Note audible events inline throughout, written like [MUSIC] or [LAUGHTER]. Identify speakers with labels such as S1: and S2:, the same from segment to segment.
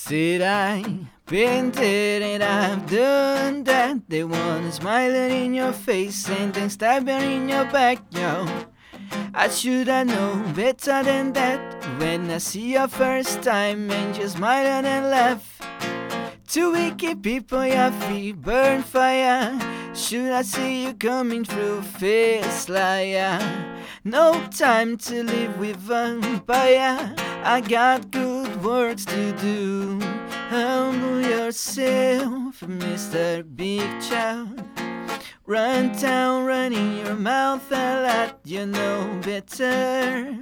S1: Said I painted and I've done that. They wanna smile in your face and then stab you in your back, yo. I should have known better than that. When I see you first time and you smile and laugh. Two wicked people, your feet burn fire. Should I see you coming through face liar? No time to live with vampire. I got good works to do. Humble yourself, Mr. Big Child. Run town, running your mouth a lot. You know better.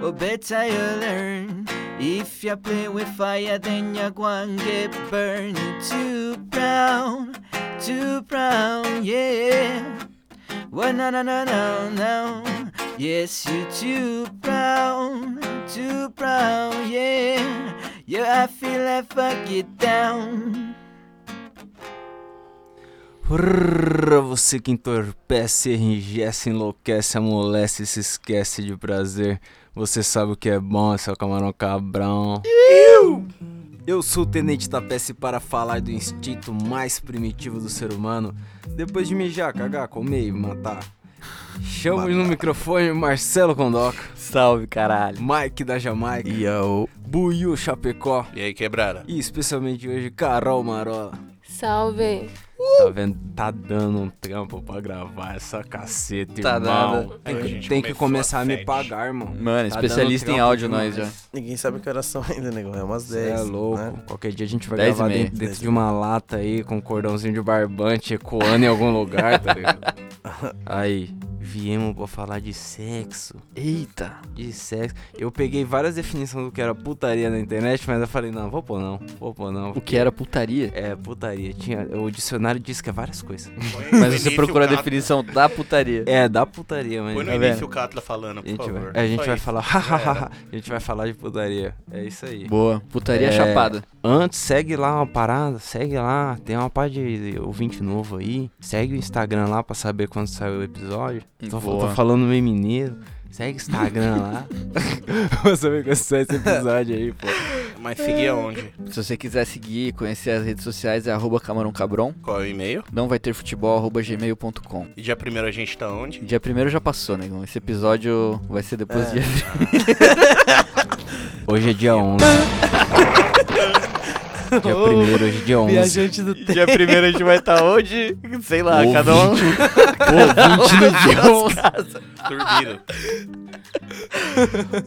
S1: Well, better you learn. If you play with fire, then you're gonna get burned. Too proud, too proud, yeah. Well, no, no, no, no, no. Yes, you're too proud, too proud, yeah. Yeah, I feel like I get down.
S2: Prrr, você que entorpece, enrijece, enlouquece, amolece, se esquece de prazer. Você sabe o que é bom, seu camarão cabrão. Eu sou o Tenente Tapece para falar do instinto mais primitivo do ser humano. Depois de mijar, cagar, comer e matar. Chamo no microfone Marcelo Condoca,
S3: Salve, caralho.
S2: Mike da Jamaica,
S3: Yo.
S2: Buiu Chapecó
S4: E aí, quebrada?
S2: e especialmente hoje Carol Marola.
S5: Salve!
S2: Tá vendo? Tá dando um trampo pra gravar essa caceta,
S3: Tá
S2: irmão.
S3: nada.
S2: Tem
S4: A
S2: que,
S4: gente
S2: tem que
S4: começou
S2: começar a
S4: às
S2: me
S4: sete.
S2: pagar, irmão.
S3: Mano,
S2: Tá
S3: especialista
S2: dando
S3: em
S2: trampo
S3: áudio nós já.
S2: demais.
S6: Ninguém sabe que horas são [LAUGHS] ainda, negão. É umas
S2: Cê
S6: 10.
S2: é louco.
S6: né?
S2: Qualquer dia a gente vai
S3: Dez e
S2: gravar
S3: meia.
S2: dentro, dentro de uma lata aí, com um cordãozinho de barbante ecoando em algum lugar, tá
S3: [LAUGHS]
S2: ligado? Aí, viemos pra falar de sexo.
S3: Eita.
S2: De sexo. Eu peguei várias definições do que era putaria na internet, mas eu falei, não, vou pôr não, vou pôr não.
S3: O que era putaria?
S2: É, putaria. Tinha, o dicionário diz que é várias coisas.
S3: Mas você
S4: Vinícius
S3: procura a
S4: Catra.
S3: definição da putaria.
S2: É, da putaria, mas...
S4: Põe no
S3: Tá
S4: início
S3: vendo?
S4: o Catla falando,
S2: A
S4: por
S2: gente
S4: favor.
S2: vai, é, a gente
S4: Só
S2: vai
S4: isso.
S2: falar, [LAUGHS] hahaha, a gente vai falar de putaria. É isso aí.
S3: Boa. Putaria
S2: É.
S3: chapada.
S2: Antes, segue lá uma parada, segue lá. Tem uma parte de ouvinte novo aí. Segue o Instagram lá pra saber quando saiu o episódio. Tô,
S3: Boa.
S2: tô falando meio mineiro. Segue o Instagram lá. pra saber quando sai esse episódio aí, pô.
S4: Mas seguir aonde?
S3: Se você quiser seguir e conhecer as redes sociais, é arroba Camarão Cabron.
S4: Qual é o e-mail?
S3: Não vai ter futebol, arroba gmail.com.
S4: E dia primeiro a gente tá
S3: [LAUGHS]
S4: onde?
S3: Dia 1 já passou, negão. Esse episódio vai ser depois [LAUGHS] de.
S2: Hoje é dia 11. dia 1 hoje é dia 11.
S6: Viajante do tempo.
S3: dia 1 a gente vai estar onde? Sei lá, cada um.
S2: Ouvinte no dia 11.
S4: Dormiram.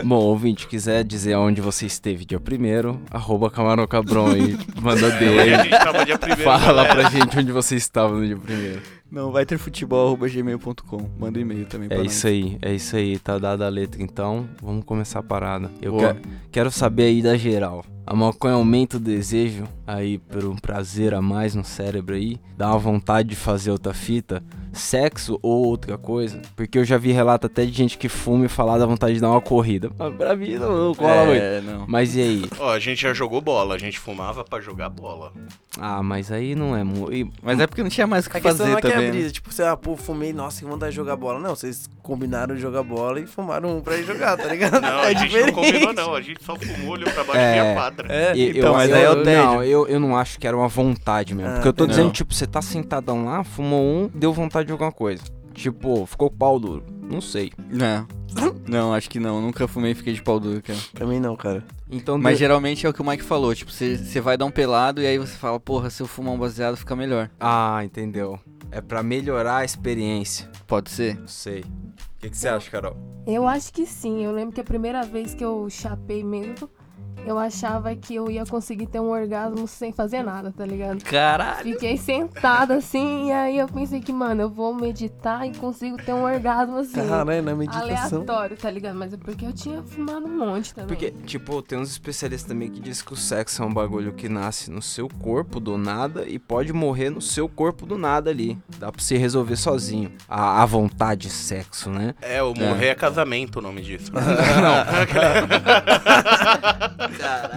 S2: Bom, ouvinte, quiser dizer onde você esteve dia 1 arroba Camarão Cabron aí. Manda
S4: Hoje a
S2: DM.
S4: gente tava dia primeiro.
S2: Fala
S4: galera.
S2: pra gente onde você estava no dia primeiro.
S3: Não, vai ter futebol, arroba gmail.com. Manda um e-mail também pra
S2: É
S3: nós.
S2: isso aí, é isso aí, tá dada a letra. Então, vamos começar a parada. Eu
S3: Boa.
S2: que- quero saber aí da geral. A maconha aumenta o desejo aí por um prazer a mais no cérebro aí, dá uma vontade de fazer outra fita, sexo ou outra coisa. Porque eu já vi relato até de gente que fuma e falar da vontade de dar uma corrida. Mas pra mim não, não cola muito.
S3: É, não.
S2: Mas e aí?
S4: Ó, a gente já jogou bola, a gente fumava pra jogar bola.
S2: Ah, mas aí não é muito.
S3: Mas é porque não tinha mais o que
S6: A questão não é que
S3: fazer
S6: é
S3: também.
S6: a
S3: né?
S6: brisa. Tipo, você, ah, pô, fumei, nossa, que vontade de jogar bola. Não, vocês combinaram de jogar bola e fumaram um pra ir jogar, tá ligado?
S4: Não,
S6: é
S4: a gente
S6: diferente.
S4: não combinou, não. A gente só fumou, olhou pra baixo e
S2: É.
S4: a quadra.
S3: É,
S2: E-
S3: então, mas aí é o tédio.
S2: Não, eu, eu não acho que era uma vontade mesmo.
S6: Ah,
S2: porque eu tô
S3: não.
S2: dizendo, tipo, você tá sentadão lá, fumou um, deu vontade de alguma coisa. Tipo, ficou pau duro. Não sei.
S3: Não. né? Não, acho que não. Nunca fumei e fiquei de pau duro, cara.
S6: Também não, cara.
S2: Então,
S3: Mas
S2: de-
S3: geralmente é o que o Mike falou, tipo, você você vai dar um pelado e aí você fala, porra, se eu fumar um baseado fica melhor.
S2: Ah, entendeu. É pra melhorar a experiência.
S3: Pode ser?
S2: Não sei. O que, que você acha, Carol?
S5: Eu acho que sim. Eu lembro que a primeira vez que eu chapei mesmo, eu achava que eu ia conseguir ter um orgasmo sem fazer nada, tá ligado?
S3: Caralho!
S5: Fiquei sentada assim, e aí eu pensei que, mano, eu vou meditar e consigo ter um orgasmo assim.
S6: Caralho, Tá né, na meditação.
S5: Aleatório, tá ligado? Mas é porque eu tinha fumado um monte também.
S2: Porque, tipo, tem uns especialistas também que dizem que o sexo é um bagulho que nasce no seu corpo do nada e pode morrer no seu corpo do nada ali. Dá pra você resolver sozinho. A, a vontade de sexo, né?
S4: É, o morrer é casamento o nome [LAUGHS] disso.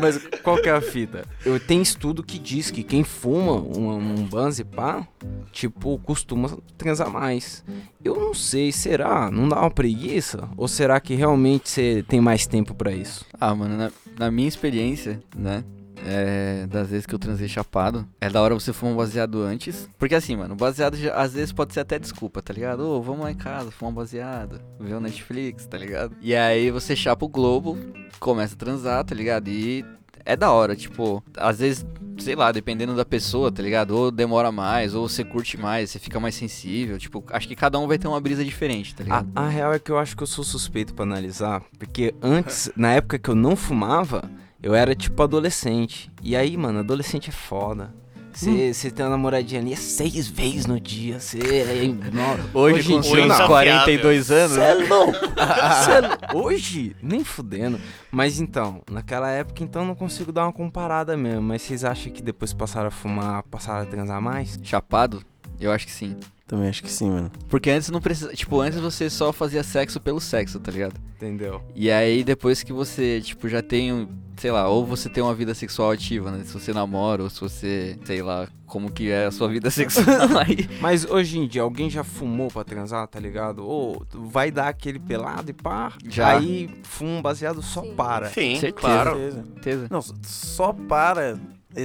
S2: Mas qual que é a fita? Eu tenho estudo que diz que quem fuma um, um banze pá, tipo, costuma transar mais. Eu não sei, será? Não dá uma preguiça? Ou será que realmente você tem mais tempo pra isso?
S3: Ah, mano, na, na minha experiência, né? é, das vezes que eu transei chapado, é da hora você fumar um baseado antes. Porque assim, mano, baseado já- às vezes pode ser até desculpa, tá ligado? Ô, vamos lá em casa, fumar um baseado, ver o Netflix, tá ligado? E aí você chapa o globo, começa a transar, tá ligado? E é da hora, tipo, às vezes, sei lá, dependendo da pessoa, tá ligado? Ou demora mais, ou você curte mais, você fica mais sensível. Tipo, acho que cada um vai ter uma brisa diferente, tá ligado?
S2: A, a real é que eu acho que eu sou suspeito pra analisar, porque antes, na época que eu não fumava, eu era tipo adolescente. E aí, mano, adolescente é foda. Você tem uma namoradinha ali é seis vezes no dia. Você é. no-
S3: Hoje, com
S2: em dia, tá
S3: seus
S2: não.
S4: insaciável.
S3: 42 anos,
S2: Cê é louco! Cê é lou- [LAUGHS] Hoje? Nem fudendo. Mas então, naquela época, então eu não consigo dar uma comparada mesmo. Mas vocês acham que depois que passaram a fumar, passaram a transar mais?
S3: chapado, eu acho que sim.
S6: Também acho que sim, mano.
S3: Porque antes não precisa. Tipo, antes você só fazia sexo pelo sexo, tá ligado?
S2: Entendeu?
S3: E aí depois que você, tipo, já tem um. Sei lá, ou você tem uma vida sexual ativa, né? Se você namora, ou se você. Sei lá, como que é a sua vida [LAUGHS] sexual aí.
S2: Mas hoje em dia, alguém já fumou pra transar, tá ligado? Ou tu vai dar aquele pelado e pá.
S3: Já.
S2: Aí fuma um baseado só
S5: Sim.
S2: para.
S4: é Sim,
S3: Certeza.
S4: claro.
S6: Certeza.
S3: Certeza.
S6: Não, s- só para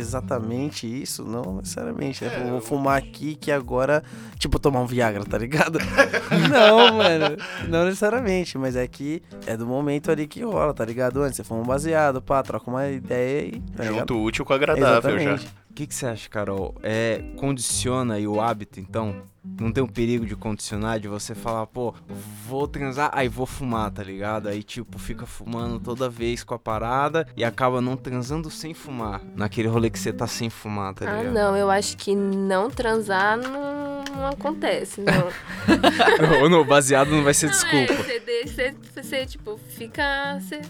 S6: exatamente isso, não necessariamente. né?
S4: É,
S6: Pô, vou fumar aqui que agora, tipo, tomar um Viagra, tá ligado? [LAUGHS] não, mano, não necessariamente, mas é que é do momento ali que rola, tá ligado? Antes você fuma um baseado, pá, troca uma ideia e. Tá ligado?
S4: Junto o útil com o agradável já.
S6: Exatamente.
S2: O que, que você acha, Carol? É, condiciona aí o hábito, então? Não tem um perigo de condicionar, de você falar, pô, vou transar, aí vou fumar, tá ligado? Aí, tipo, fica fumando toda vez com a parada e acaba não transando sem fumar. Naquele rolê que você tá sem fumar, tá
S7: Ah,
S2: ligado?
S7: não, eu acho que não transar não, não acontece, não.
S2: [LAUGHS] Ou não, baseado não vai ser desculpa.
S7: Não, é, você, deixa- você, você, tipo, fica, você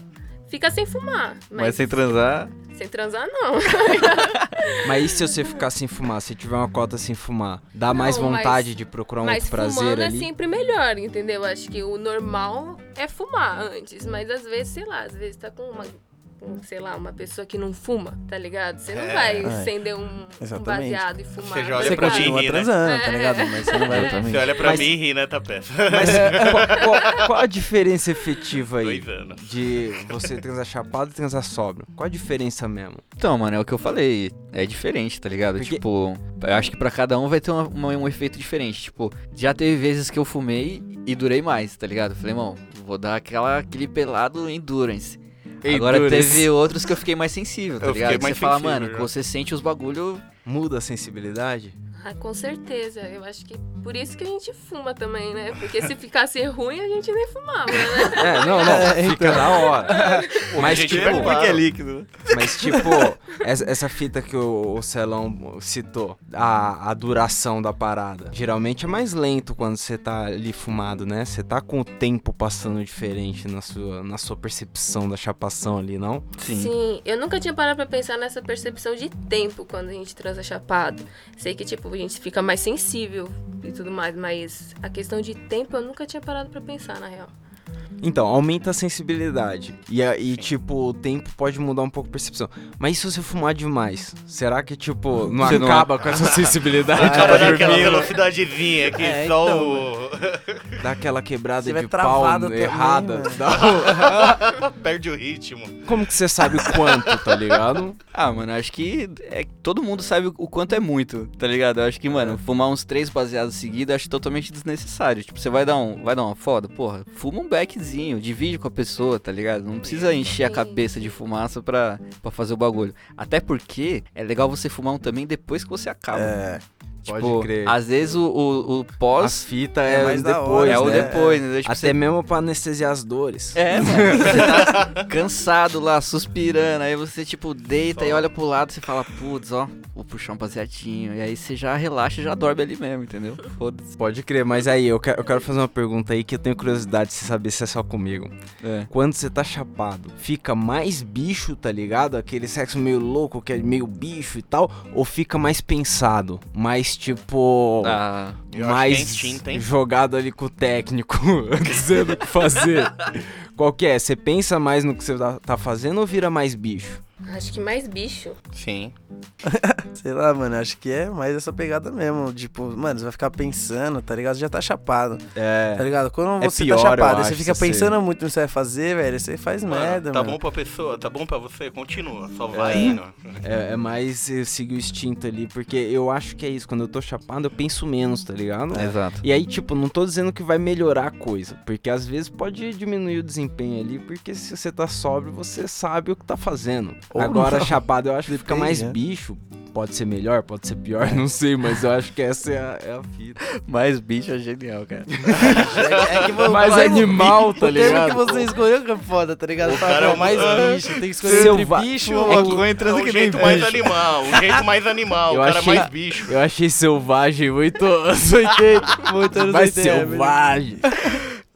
S7: fica sem fumar. Mas,
S3: Mas sem transar.
S7: sem transar, não.
S2: Mas e se você ficar sem fumar, se tiver uma cota sem fumar, dá mais
S7: Não, mas-
S2: vontade de procurar um
S7: mas
S2: outro prazer
S7: fumando
S2: ali?
S7: é sempre melhor, entendeu? Acho que o normal é fumar antes, mas às vezes, sei lá, às vezes tá com uma, com, sei lá, uma pessoa que não fuma, tá ligado? Você não
S4: É.
S7: vai
S6: É.
S7: acender um, um
S6: Exatamente.
S7: baseado e fumar.
S4: Você já olha
S6: Você
S4: pra
S7: tá ligado?
S4: mim,
S6: continua
S4: né?
S6: transando, tá ligado? Mas você não vai
S4: Você
S6: exatamente.
S4: olha pra
S2: Mas-
S4: mim e ri, né, Tapé?
S2: Mas [LAUGHS] qual, qual- qual a diferença efetiva aí?
S4: Dois anos.
S2: De você transar chapado e transar sóbrio. Qual a diferença mesmo?
S3: Então, mano, é o que eu falei. É diferente, tá ligado?
S2: Porque-
S3: Tipo, eu acho que pra cada um vai ter uma- uma- um efeito diferente. Tipo, já teve vezes que eu fumei e durei mais, tá ligado? Falei, irmão, vou dar aquela, aquele pelado endurance. Agora
S2: Endurance.
S3: teve outros que eu fiquei mais sensível, tá
S4: Eu
S3: ligado?
S4: fiquei
S3: Que
S4: mais
S3: você fala,
S4: sensível
S3: mano,
S4: já."
S3: você sente os bagulho.
S2: Muda a sensibilidade?
S7: Ah, com certeza. Eu acho que por isso que a gente fuma também, né? Porque se ficasse ruim, a gente nem fumava, né?
S2: [LAUGHS] É, não, não. Fica na hora. Mas
S4: objetivo
S2: tipo,
S4: é claro. Porque é
S2: líquido. Mas tipo, essa, essa fita que o, o Celão citou, a, a duração da parada. Geralmente é mais lento quando você tá ali fumado, né? Você tá com o tempo passando diferente na sua, na sua percepção da chapação ali, não?
S7: Sim, eu nunca tinha parado pra pensar nessa percepção de tempo quando a gente transa chapado. Sei que, tipo, a gente fica mais sensível e tudo mais, mas a questão de tempo eu nunca tinha parado pra pensar, na real.
S2: Então, aumenta a sensibilidade. E, a- e, tipo, o tempo pode mudar um pouco a percepção. Mas e se você fumar demais? Será que, tipo, não
S3: Você não-
S2: acaba com [LAUGHS] essa sensibilidade?
S4: Acaba naquela velocidadezinha que
S6: É,
S4: só
S6: então,
S4: o...
S2: Dá aquela quebrada
S6: Você vai
S2: de pau
S6: travado também,
S2: errada.
S6: mano.
S2: Dá
S4: perde o ritmo.
S2: um- Como que você sabe quanto, tá ligado?
S3: Ah, mano, acho que é, todo mundo sabe o quanto é muito, tá ligado? Eu acho que,
S2: É.
S3: mano, fumar uns três baseados seguidos acho totalmente desnecessário. Tipo, você vai dar um, vai dar uma foda, porra, fuma um beckzinho, divide com a pessoa, tá ligado? Não precisa encher a
S7: Sim.
S3: cabeça de fumaça pra, pra fazer o bagulho. Até porque é legal você fumar um também depois que você acaba.
S6: É,
S3: tipo,
S2: pode crer.
S3: às vezes o, o, o
S2: A
S3: pós
S2: fita
S6: é
S2: é,
S6: mais
S2: o
S6: da
S2: depois,
S6: hora,
S3: é o
S2: né?
S3: depois, né? Tipo,
S2: Até
S3: você-
S2: mesmo pra anestesiar as dores.
S3: é, mano, você tá cansado lá, suspirando, aí você, tipo, deita e olha pro lado, você fala, putz, ó, vou puxar um baseadinho, e aí você já relaxa e já dorme ali mesmo, entendeu? Foda-se.
S2: Pode crer, mas aí, eu quero, eu quero fazer uma pergunta aí que eu tenho curiosidade de saber se é só comigo.
S3: É.
S2: Quando você tá chapado, fica mais bicho, tá ligado? Aquele sexo meio louco, que é meio bicho e tal, ou fica mais pensado, mais tipo.
S3: Ah,
S4: Eu acho que é
S2: mais
S4: instinto, hein?
S2: jogado ali com o técnico, [LAUGHS] dizendo o que fazer. Qual que é? Você pensa mais no que você tá, tá fazendo ou vira mais bicho?
S7: Acho que mais bicho.
S4: Sim.
S6: Sei lá, mano, acho que é mais essa pegada mesmo. Tipo, mano, você vai ficar pensando, tá ligado? Já tá chapado, tá
S2: É.
S6: ligado? Quando
S2: É
S6: você
S2: pior,
S6: tá
S2: eu
S6: chapado, aí
S2: acho,
S6: você fica
S2: se você-
S6: pensando muito no que você vai fazer, velho. Você faz
S4: Mano,
S6: merda,
S4: tá
S6: mano.
S4: bom pra pessoa, tá bom pra você? Continua, só vai né? indo.
S2: É, é mais eu seguir o instinto ali, porque eu acho que é isso. Quando eu tô chapado, eu penso menos, tá ligado?
S3: Exato.
S2: E aí, tipo, não tô dizendo que vai melhorar a coisa, porque às vezes pode diminuir o desempenho ali, porque se você tá sóbrio, você sabe o que tá fazendo.
S6: Ou
S2: Agora,
S6: não.
S2: chapado, eu acho que fica
S6: Depende,
S2: mais
S6: né?
S2: bicho. Pode ser melhor, pode ser pior, [LAUGHS] não sei, mas eu acho que essa é a, é a fita.
S3: Mais bicho é genial,
S6: [LAUGHS]
S3: cara.
S6: É que vou-
S2: Mais
S6: vai-
S2: animal, tá
S6: O termo
S2: ligado?
S6: que você escolheu que é foda, tá ligado? O
S4: cara é um-
S6: mais bicho, tem que escolher
S2: Selva-
S6: entre bicho
S2: É
S6: ou
S2: que-
S6: maconha e
S4: É
S6: transa
S4: um
S6: que nem
S4: jeito mais
S6: bicho.
S4: animal, um jeito mais animal,
S2: Eu
S4: o cara é
S2: achei-
S4: mais bicho.
S2: Eu achei selvagem muito anos 80.
S6: Muito anos
S2: Mais
S6: 80, é melhor.
S2: selvagem.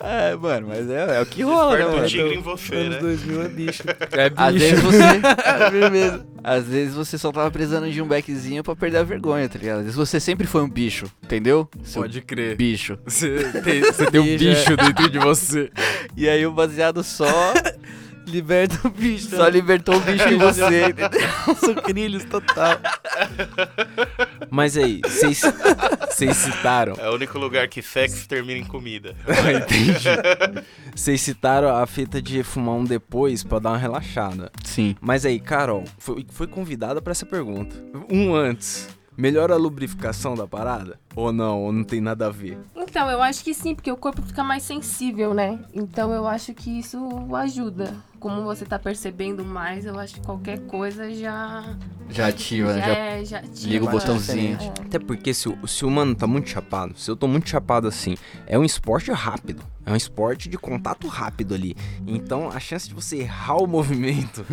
S3: É, mano, mas é, é o que rola, né,
S4: Desperta um
S3: mano?
S4: tigre em você,
S6: Anos
S4: né?
S6: 2000 é bicho.
S2: É
S3: Às
S2: bicho.
S3: vezes [LAUGHS] você. Firmeza. É, Às vezes você só tava precisando de um backzinho pra perder a vergonha, tá ligado? Às vezes você sempre foi um bicho, entendeu? Seu
S2: Pode crer.
S3: bicho.
S2: Você tem, você tem um
S6: é.
S2: bicho dentro de você.
S3: E aí o baseado só,
S6: Liberta o bicho.
S3: só libertou o bicho em você, entendeu?
S6: sucrilhos total.
S2: Mas aí, vocês vocês citaram. [LAUGHS]
S4: É o único lugar que sexo termina em comida.
S2: Entendi. Vocês citaram a fita de fumar um depois pra dar uma relaxada.
S3: Sim.
S2: Mas aí, Carol, foi, foi convidada pra essa pergunta. Um antes. Melhora a lubrificação da parada? Ou não? Ou não tem nada a ver?
S5: Então, eu acho que sim, porque o corpo fica mais sensível, né? Então, eu acho que isso ajuda. Como você tá percebendo mais, eu acho que qualquer coisa já.
S3: Já ativa, né? Já...
S5: É, já ativa.
S3: liga o botãozinho. tipo,
S5: É.
S2: Até porque se, o- se o mano tá muito chapado, se eu tô muito chapado assim, é um esporte rápido. É um esporte de contato rápido ali. Então a chance de você errar o [LAUGHS] movimento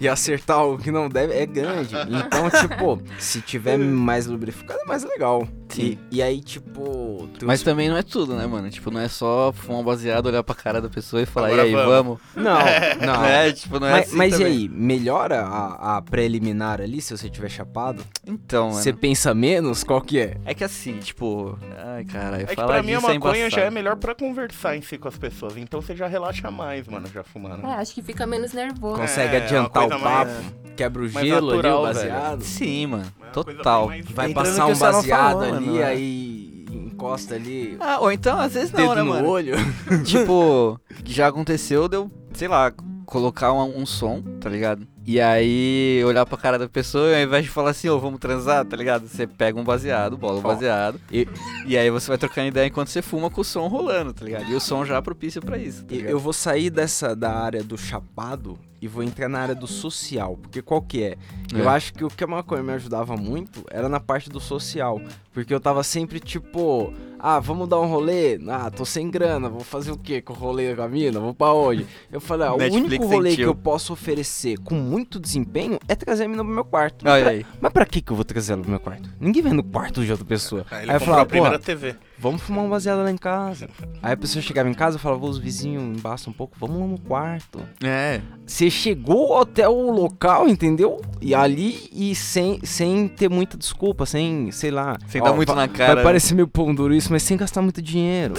S2: e acertar algo que não deve é grande.
S4: [LAUGHS]
S2: Então, tipo, se tiver mais lubrificado é mais legal.
S3: Sim.
S2: E, e aí, tipo. tem
S3: Mas
S2: uns-
S3: também não é tudo, né, mano? Tipo, não é só fumar um baseado, olhar pra cara da pessoa e falar,
S4: Agora
S3: e aí,
S4: vamos."
S3: vamos?
S4: [LAUGHS]
S2: Não, não.
S3: É, tipo, não é
S2: mas
S3: assim
S2: mas e
S3: também.
S2: aí, melhora a, a preliminar ali se você tiver chapado?
S3: Então,
S4: é,
S3: mano.
S2: Você pensa menos? Qual que é?
S3: É que assim, tipo... Ai, caralho,
S4: É que
S3: falar
S4: pra mim a
S3: disso é
S4: maconha já é
S3: embaçado.
S4: melhor pra conversar em si com as pessoas. Então você já relaxa mais, mano, já fumando.
S5: É, acho que fica menos nervoso.
S2: Consegue
S4: é uma
S2: adiantar o
S4: coisa
S2: papo,
S4: mais-
S2: quebra o
S4: mais
S2: gelo
S4: natural,
S2: ali, o
S4: velho.
S2: baseado.
S3: Sim, mano.
S4: É uma coisa
S3: Total.
S4: bem mais-
S2: Vai
S6: Entrando
S2: passar
S6: que
S2: um
S6: o Sarah
S2: baseado
S6: falou,
S2: ali,
S6: mano, é.
S2: aí encosta ali,
S3: Ah, ou então, às vezes não,
S2: dedo
S3: né,
S2: no
S6: [LAUGHS]
S3: mano?
S2: olho.
S3: tipo, que já aconteceu de eu, sei lá, colocar um, um som, tá ligado? E aí olhar pra cara da pessoa e ao invés de falar assim, ô, vamos transar, tá ligado? Você pega um baseado, bola um
S2: Ó.
S3: baseado,
S2: E-
S3: e... aí você vai trocando ideia enquanto você fuma com o som rolando, tá ligado? E o som já é propício pra isso, tá
S2: E
S3: ligado?
S2: Eu vou sair dessa da área do chapado e vou entrar na área do social, porque qual que é? Eu
S3: É.
S2: acho que o que a maconha me ajudava muito era na parte do social, porque eu tava sempre tipo, ah, vamos dar um rolê? Ah, tô sem grana, vou fazer o quê com o rolê com a mina? Vou pra onde? Eu falei, ah, o
S3: Netflix
S2: único
S3: sem
S2: rolê que
S3: chill.
S2: eu posso oferecer com muito desempenho é trazer a mina pro meu quarto. Mas
S3: Olha
S2: pra,
S3: aí.
S2: mas pra que que eu vou trazer ela pro meu quarto? Ninguém vem no quarto de outra pessoa.
S4: Aí
S2: eu
S4: ele comprou
S2: falava,
S4: a primeira
S2: "Porra,
S4: TV.
S2: Vamos fumar um baseado lá em casa. Aí a pessoa chegava em casa e falava, "Ô, os vizinhos embaixo um pouco, vamos lá no quarto.
S3: É.
S2: Você chegou até o local, entendeu? E ali, e sem, sem ter muita desculpa, sem, sei lá...
S3: Sem
S2: ó,
S3: dar muito
S2: va-
S3: na cara.
S2: Vai
S3: né?
S2: parecer meio pão duro isso, mas sem gastar muito dinheiro. [LAUGHS]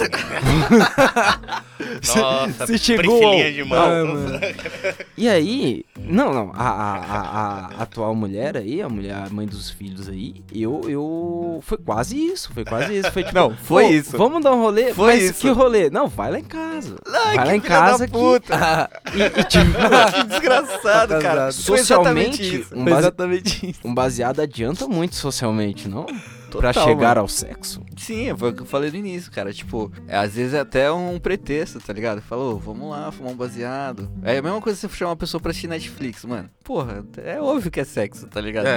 S4: Nossa,
S2: Você chegou...
S4: Priscilinha de mão.
S2: Ah, mano. E aí, não, não, a, a- a- a atual mulher aí, a mulher, a mãe dos filhos aí, eu, eu, foi quase isso, foi quase
S3: [LAUGHS]
S2: isso, foi tipo,
S3: Não, foi
S2: "Ô,
S3: isso."
S2: Vamos dar um rolê?
S3: Foi
S2: Mas
S3: isso.
S2: que rolê? Não, vai lá em casa. vai lá em
S3: que filha da
S2: casa
S3: puta.
S2: que... E, e tipo, [LAUGHS]
S3: que desgraçado, cara. Foi exatamente
S2: socialmente,
S3: isso.
S2: um, base-
S6: Exatamente isso.
S2: um baseado adianta muito socialmente, não? pra
S3: Total,
S2: chegar
S3: mano.
S2: ao sexo.
S3: Sim, foi o que eu falei no início, cara. Tipo, é, às vezes é até um pretexto, tá ligado? Falou, vamos lá, fumar um baseado. É a mesma coisa que você chamar uma pessoa pra assistir Netflix, mano. Porra, é óbvio que é sexo, tá ligado?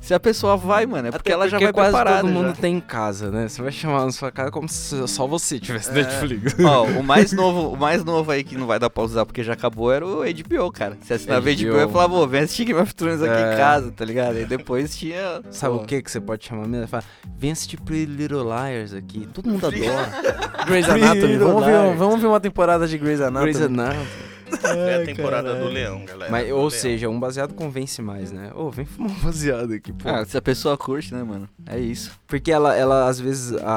S3: Se a pessoa vai, mano, é porque
S2: É. Até
S3: ela já
S2: porque
S3: vai
S2: quase
S3: preparada.
S2: todo mundo
S3: já.
S2: tem em casa, né? Você vai chamar na sua casa como se só você
S3: É.
S2: tivesse Netflix.
S3: Ó, o mais novo, o mais novo aí que não vai dar pra usar porque já acabou era o HBO, cara. Se assinava o HBO, eu
S2: HBO.
S3: falava, pô, vem assistir Game of Thrones aqui
S2: É.
S3: em casa, tá ligado? E depois tinha.
S2: Sabe
S3: pô,
S2: o que que você pode chamar mesmo? Fala, vem assistir Pretty Little Liars aqui, todo mundo adora.
S6: [LAUGHS] Grey's
S2: Anatomy,
S6: Anatomy.
S2: vamos
S6: Vamos
S2: ver- um
S6: ver, vamos ver uma temporada de Grey's Anatomy.
S2: Grey's Anatomy.
S4: [LAUGHS] É a temporada do leão, galera.
S2: Mas,
S4: do
S2: ou
S4: leão.
S2: seja, um baseado convence mais, né? Ô, vem fumar um baseado aqui, pô.
S3: Ah, se a pessoa curte, né, mano? É isso.
S2: Porque ela, ela às vezes, a,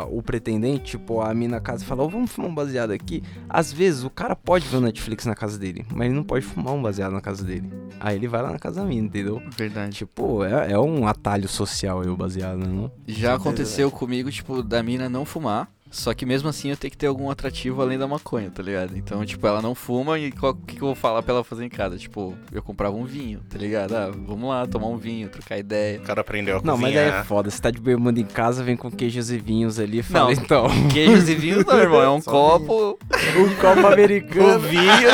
S2: a- o pretendente, tipo, a mina na casa fala, ô, vamos fumar um baseado aqui. Às vezes, o cara pode ver o Netflix na casa dele, mas ele não pode fumar um baseado na casa dele. Aí ele vai lá na casa da mina, entendeu?
S3: Verdade.
S2: Tipo, é, é um atalho social aí o baseado, né? Não?
S3: Já aconteceu
S2: É.
S3: comigo, tipo, da mina não fumar. Só que mesmo assim eu tenho que ter algum atrativo além da maconha, tá ligado? Então, tipo, ela não fuma e qual- o que, que eu vou falar pra ela fazer em casa? Tipo, eu comprava um vinho, tá ligado? Ah, vamos lá tomar um vinho, trocar ideia.
S4: O cara aprendeu a
S2: Não, mas aí é
S4: cozinhar.
S2: foda. Você tá de bermuda em casa, vem com queijos e vinhos ali e fala,
S3: Não. [LAUGHS]
S2: então,
S3: Queijos e vinhos não, irmão.
S2: [LAUGHS]
S3: É um copo,
S2: um copo
S3: [LAUGHS] um
S2: americano.
S3: vinho,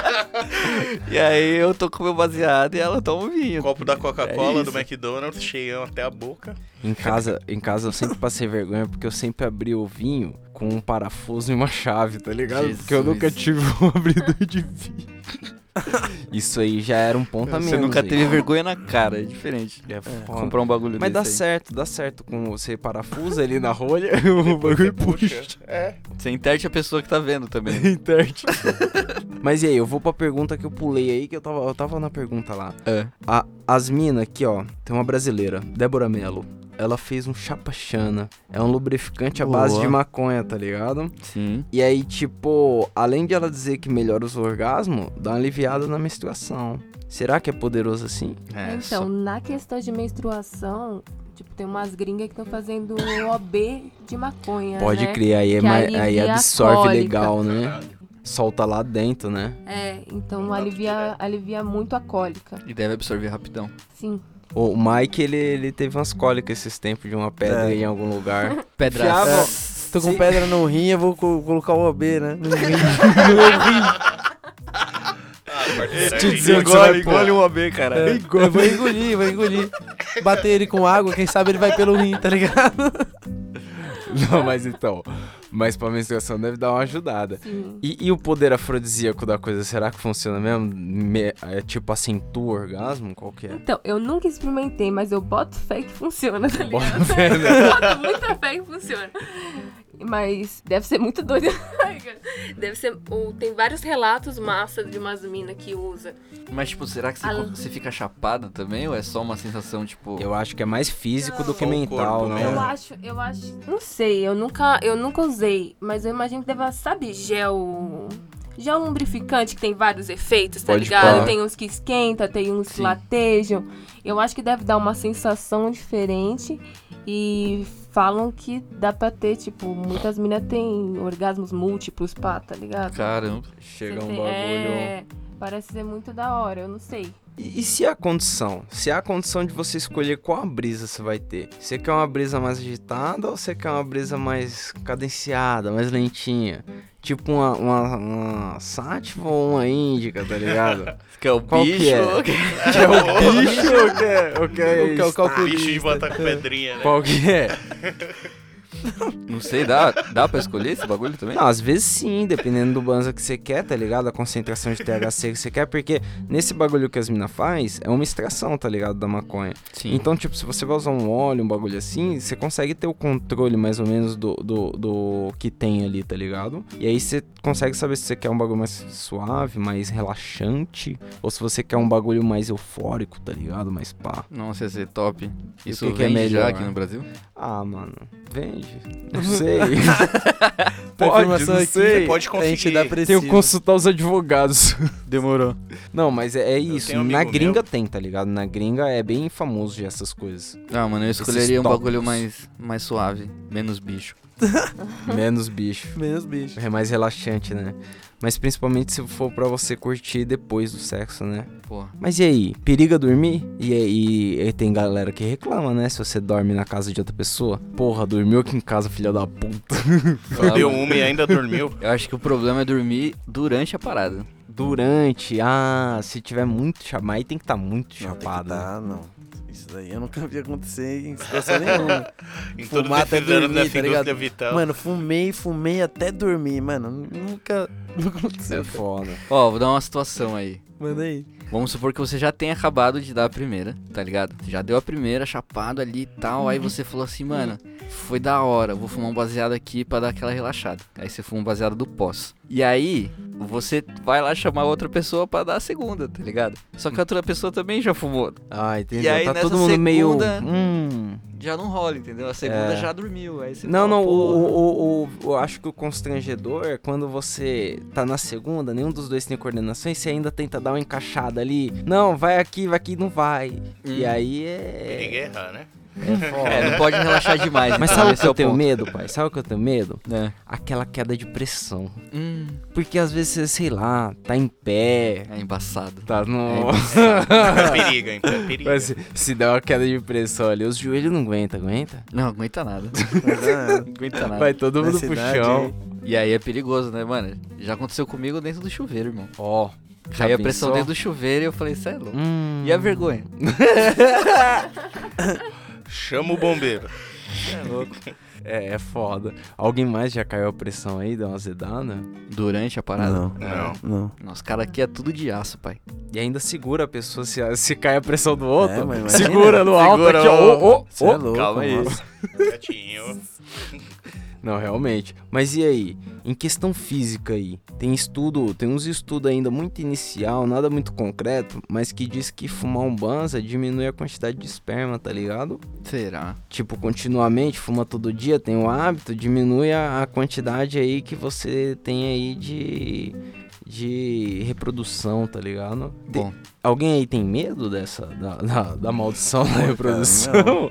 S3: tá ligado? E aí eu tô com meu baseado e ela toma um
S2: é
S3: vinho.
S4: Copo da Coca-Cola,
S3: É
S4: do
S3: isso.
S4: McDonald's, cheião até a boca.
S2: em, casa, em casa eu sempre passei vergonha porque eu sempre abri o vinho com um parafuso e uma chave, tá ligado? Porque eu
S3: Jesus.
S2: nunca tive um [LAUGHS] abridor de vinho. Isso aí já era um ponto a menos.
S3: Você nunca
S2: aí.
S3: teve vergonha na cara, é diferente.
S2: É foda.
S3: Comprar um bagulho
S2: Mas dá
S3: desse aí.
S2: certo, dá certo com você parafusa ali na rolha, [LAUGHS] o bagulho puxa.
S4: É.
S3: Você interte a pessoa que tá vendo também.
S2: [LAUGHS] Interte. Mas e aí, eu vou pra pergunta que eu pulei aí, que eu tava, eu tava na pergunta lá.
S3: É.
S2: A, as minas aqui, ó, tem uma brasileira, Débora Mello. Ela fez um chapachana. É um lubrificante à base
S3: Boa.
S2: de maconha, tá ligado?
S3: Sim.
S2: E aí, tipo, além de ela dizer que melhora os orgasmos, dá uma aliviada na menstruação. Será que é poderoso assim?
S3: É,
S5: então, na questão de menstruação, tipo, tem umas gringas que estão fazendo OB de maconha,
S2: Pode
S5: né?
S2: criar, aí, é
S5: Que
S2: ma-
S5: alivia
S2: aí
S5: a
S2: absorve
S5: cólica.
S2: legal, né? Solta lá dentro, né?
S5: É, então
S4: Não dá pra
S5: alivia, alivia muito a cólica.
S3: E deve absorver rapidão.
S5: Sim.
S2: O Mike, ele, ele teve umas cólicas esses tempos de uma pedra em algum lugar.
S3: Pedraça.
S6: Tô com
S2: Sim.
S6: pedra no rim, eu vou co- colocar o OB,
S3: [LAUGHS]
S6: né? No rim.
S4: Ah, parceiro,
S2: [LAUGHS] É, Te
S4: aí,
S2: dizer
S4: eu-
S2: que você vai pôr.
S3: um AB, cara.
S6: É, eu vou engolir, vou engolir. Bater ele com água, quem sabe ele vai pelo rim, tá ligado?
S2: [LAUGHS] Não, mas então. Mas pra menstruação deve dar uma ajudada.
S5: Sim.
S2: E, e o poder afrodisíaco da coisa, será que funciona mesmo? Me- é tipo acentua o orgasmo? Qual que é?
S5: Então, eu nunca experimentei, mas eu boto fé que funciona, tá ligado?
S2: Bota fé,
S5: [LAUGHS]
S2: né?
S7: Boto
S5: muita fé que funciona. Mas deve ser muito doido.
S7: Deve ser. Ou, tem vários relatos massa de umas minas que usa.
S3: Mas, tipo, será que você,
S7: Alan.
S3: você fica chapado também? Ou é só uma sensação, tipo.
S2: Eu acho que é mais físico do que
S4: Só o
S2: mental,
S4: corpo
S2: né?
S5: Eu acho, eu acho. Não sei, eu nunca, eu nunca usei, mas eu imagino que deva, sabe, gel. Gel lubrificante que tem vários efeitos, tá
S2: Pode
S7: pá.
S5: ligado? Tem uns que esquenta, tem uns que
S3: Sim.
S5: latejam. Eu acho que deve dar uma sensação diferente. E falam que dá pra ter, tipo, muitas minas têm orgasmos múltiplos, pá, tá ligado?
S3: Caramba.
S2: Chega um
S5: Você
S2: bagulho.
S5: tem- É, parece ser muito da hora, eu não sei.
S2: E, e se a condição? Se a condição de você escolher qual brisa você vai ter? Você quer uma brisa mais agitada ou você quer uma brisa mais cadenciada, mais lentinha? Tipo uma, uma, uma sátiva ou uma índica, tá ligado?
S3: Que é o
S2: Qual que
S3: bicho.
S2: é?
S3: que é?
S2: que é o bicho ou que é, ou que é,
S6: Ou que é o
S2: estar?
S4: Ah, Bicho de botar com pedrinha, né?
S2: Qual que é?
S3: [LAUGHS] Não sei, dá, dá pra escolher esse bagulho também?
S2: Não, às vezes sim, dependendo do banza que você quer, tá ligado? A concentração de THC que você quer, porque nesse bagulho que as minas faz, é uma extração, tá ligado? Da maconha.
S3: Sim.
S2: Então, tipo, se você vai usar um óleo, um bagulho assim, você consegue ter o controle mais ou menos do, do, do que tem ali, tá ligado? E aí você consegue saber se você quer um bagulho mais suave, mais relaxante, ou se você quer um bagulho mais eufórico, tá ligado? Mais pá.
S3: Nossa, ia ser top. Isso
S2: que que é
S3: vende
S2: melhor?
S3: já aqui no Brasil?
S2: Ah, mano, vende. [LAUGHS] Não sei.
S6: Tá
S2: Pode,
S6: informação
S2: não
S6: aqui,
S2: sei.
S4: Pode
S6: A gente
S4: conseguir.
S6: dá
S2: Tenho
S6: preciso.
S2: que consultar os advogados.
S3: Demorou.
S2: [LAUGHS] Não, mas é, é
S4: Eu
S2: isso.
S4: tenho um
S2: Na
S4: amigo
S2: gringa tem, tá ligado? Na gringa é bem famoso de essas coisas.
S3: Ah, mano, eu
S2: Esses
S3: escolheria um bagulho
S2: tópicos.
S3: mais, mais suave, menos bicho.
S2: Menos bicho.
S6: Menos bicho.
S2: É mais relaxante, né? Mas principalmente se for pra você curtir depois do sexo, né?
S3: Porra.
S2: Mas e aí? Periga dormir? E aí e tem galera que reclama, né? Se você dorme na casa de outra pessoa. Porra, dormiu aqui em casa, filha da puta. Tá
S4: Deu uma e ainda [LAUGHS] dormiu.
S3: Eu acho que o problema é dormir durante a parada.
S2: Durante, ah, se tiver muito chamado, aí tem que estar muito
S6: Não, tem que tá.
S2: chapado. né?
S6: dar, não. Isso daí eu nunca vi acontecer em situação
S3: [LAUGHS]
S6: nenhuma.
S4: Em todos
S6: Fumar até
S4: esses anos
S6: dormir,
S4: nessa
S6: tá
S4: indústria
S6: ligado?
S4: vital.
S6: Mano, fumei, fumei até dormir, mano. Nunca, nunca aconteceu.
S2: É foda.
S3: Ó, vou dar uma situação aí.
S6: Manda aí.
S3: Vamos supor que você já tenha acabado de dar a primeira, tá ligado? Você já deu a primeira, chapado ali e tal. Aí você falou assim, mano, foi da hora, vou fumar um baseado aqui pra dar aquela relaxada. Aí você fuma um baseado do pós. E aí, você vai lá chamar outra pessoa pra dar a segunda, tá ligado? Só que a outra pessoa também já fumou.
S2: Ah, entendi.
S3: E aí,
S2: tá
S3: nessa
S2: todo mundo meio.
S3: segunda-
S2: Hum.
S3: Já não rola, entendeu? A segunda
S2: É.
S3: já dormiu. Aí você
S2: Não,
S3: fala,
S2: não, o,
S3: "Porra".
S2: o, o, o- eu acho que o constrangedor é quando você tá na segunda, nenhum dos dois tem coordenação e você ainda tenta dar uma encaixada ali. Não, vai aqui, vai aqui, não vai. E
S3: Hum.
S2: aí
S4: Tem
S2: [LAUGHS]
S4: que
S2: é.
S4: errar, né?
S2: é foda.
S3: É, não pode relaxar demais.
S2: Mas
S3: então,
S2: sabe Ah, o
S3: esse
S2: que
S3: é
S2: eu tenho
S3: ponto.
S2: medo, pai? Sabe o que eu tenho medo?
S3: É.
S2: Aquela queda de pressão.
S3: Hum,
S2: Porque às vezes você, sei lá, tá em pé,
S3: é embaçado.
S2: tá [LAUGHS]
S3: É
S2: no.
S3: embaçado.
S4: É periga, então é periga.
S2: Mas se, se der uma queda de pressão ali, os joelhos não aguenta, aguenta?
S3: Não, aguenta nada.
S6: Mas,
S3: Não aguenta
S2: [LAUGHS]
S3: nada.
S2: Vai todo mundo
S6: Nessa
S2: pro
S6: idade
S2: chão.
S3: E aí é perigoso, né, mano? Já aconteceu comigo dentro do chuveiro, irmão.
S2: Ó. já
S3: Caiu a pressão
S2: pensou?
S3: dentro do chuveiro e eu falei, cê é louco.
S2: Hum.
S3: E a vergonha?
S4: Chama o bombeiro.
S2: É, é foda. Alguém mais já caiu a pressão aí, deu uma zedada?
S3: Durante a
S6: ah,
S3: parada?
S6: não,
S4: Não.
S6: não.
S3: Nossa, cara aqui é tudo de aço, pai.
S2: E ainda segura a pessoa se, se cai a [LAUGHS] pressão do outro.
S6: É, mas imagina.
S2: segura no alto
S4: Segura
S2: aqui, ó.
S4: o-
S2: Ô, ô,
S6: Você é
S2: ô.
S6: louco,
S2: Calma aí.
S6: nossa.
S4: Gatinho.
S2: Não, realmente. Mas e aí? Em questão física aí, tem estudo, tem uns estudos ainda muito inicial, nada muito concreto, mas que diz que fumar um banza diminui a quantidade de esperma, tá ligado?
S3: Será?
S2: tipo, continuamente, fuma todo dia, tem o hábito, diminui a, a quantidade aí que você tem aí de, de reprodução, tá ligado? Tem-
S3: Bom.
S2: Alguém aí tem medo dessa, da, da, da maldição da reprodução?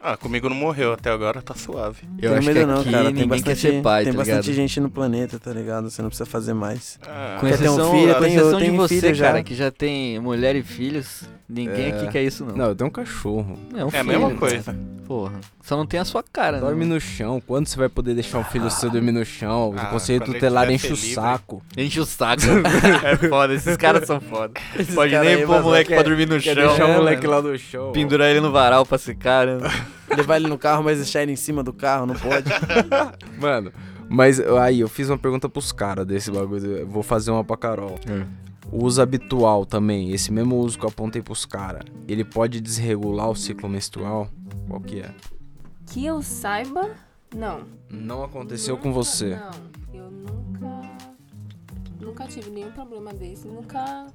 S4: Ah, comigo não morreu até agora, tá suave.
S3: Eu
S6: tem
S3: acho
S6: medo
S3: que
S6: não,
S3: aqui
S6: cara. Tem
S3: ninguém
S6: bastante,
S3: quer ser pai,
S6: tem
S3: tá
S6: bastante
S3: ligado?
S6: gente no planeta, tá ligado? Você não precisa fazer mais.
S4: Ah,
S3: Com
S6: Quer ter um
S3: exceção,
S6: filho? Eu
S3: com
S6: tenho- eu
S3: exceção de
S6: tenho
S3: você,
S6: filho já.
S3: cara, que já tem mulher e filhos, ninguém
S2: É.
S3: aqui quer isso, não.
S2: Não, eu tenho um cachorro.
S3: É, um
S4: é a
S3: filho,
S4: mesma
S3: né?
S4: coisa.
S3: Porra, só não tem a sua cara,
S2: Dorme
S3: né?
S2: no chão. Quando você vai poder deixar um filho seu dormir no chão?
S4: Ah,
S2: o conselho
S4: quando ele
S2: tutelar
S4: tiver
S2: enche o
S4: feliz,
S2: saco.
S3: Enche o saco.
S4: É foda, esses
S3: caras são foda. Pode
S6: cara aí,
S3: nem pôr o
S6: mano,
S3: moleque
S6: quer-
S3: pra dormir no
S2: Quer
S3: chão.
S2: deixar o
S3: né,
S2: moleque
S3: mano?
S2: lá no chão.
S3: Pendurar ele no varal pra secar, né?
S6: Levar ele no carro, mas deixar ele em cima do carro, não pode.
S2: Mano, mas aí, eu fiz uma pergunta pros caras desse bagulho. Eu vou fazer uma pra Carol.
S4: É.
S2: O uso habitual também, esse mesmo uso que eu apontei pros caras, ele pode desregular o ciclo menstrual? Qual que é?
S5: Que eu saiba, não.
S2: Não aconteceu
S5: Nunca-
S2: com você.
S5: Não, eu nunca. Nunca tive nenhum problema desse. Nunca.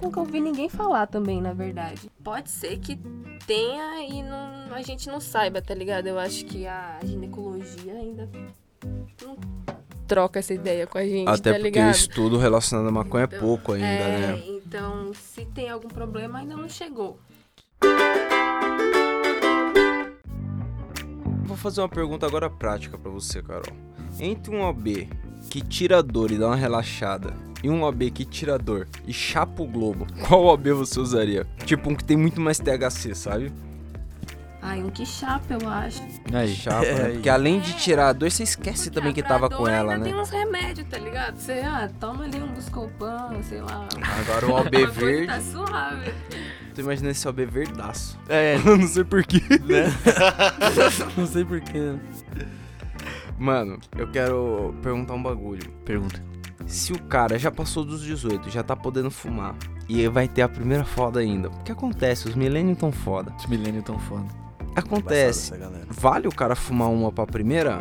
S5: Nunca ouvi ninguém falar também, na verdade.
S7: Pode ser que tenha e não- a gente não saiba, tá ligado? Eu acho que a ginecologia ainda não troca essa ideia com a gente,
S2: Até
S7: tá
S2: porque
S7: ligado?
S2: o estudo relacionado à maconha é
S7: Então,
S2: pouco ainda,
S7: é,
S2: né?
S7: então se tem algum problema ainda não chegou.
S2: Vou fazer uma pergunta agora prática pra você, Carol. Entre um OB que tira a dor e dá uma relaxada, e um OB que tira a dor e chapa o globo, [LAUGHS] qual OB você usaria? Tipo um que tem muito mais THC, sabe?
S5: Ai, um que chapa, eu acho.
S3: Aí.
S2: Chapa, né?
S6: É,
S2: Porque além de tirar a dor, você esquece também que
S7: Porque a
S2: tava com
S7: Brador
S2: ela,
S7: ainda
S2: né?
S7: tem uns remédios, tá ligado?
S5: Sei lá, toma ali um Buscopan, sei lá.
S2: Agora o
S7: Uma
S2: OB
S7: coisa
S2: verde.
S7: Tá suave.
S2: Tô imaginando esse OB verdaço.
S3: É,
S2: não sei porquê.
S6: [LAUGHS] não sei porquê.
S2: Mano, eu quero perguntar um bagulho.
S3: pergunta.
S2: Se o cara já passou dos 18, já tá podendo fumar, e vai ter a primeira foda ainda. O que acontece? Os milênios tão foda.
S3: Os milênios tão foda.
S2: Acontece. Vale o cara fumar uma pra primeira?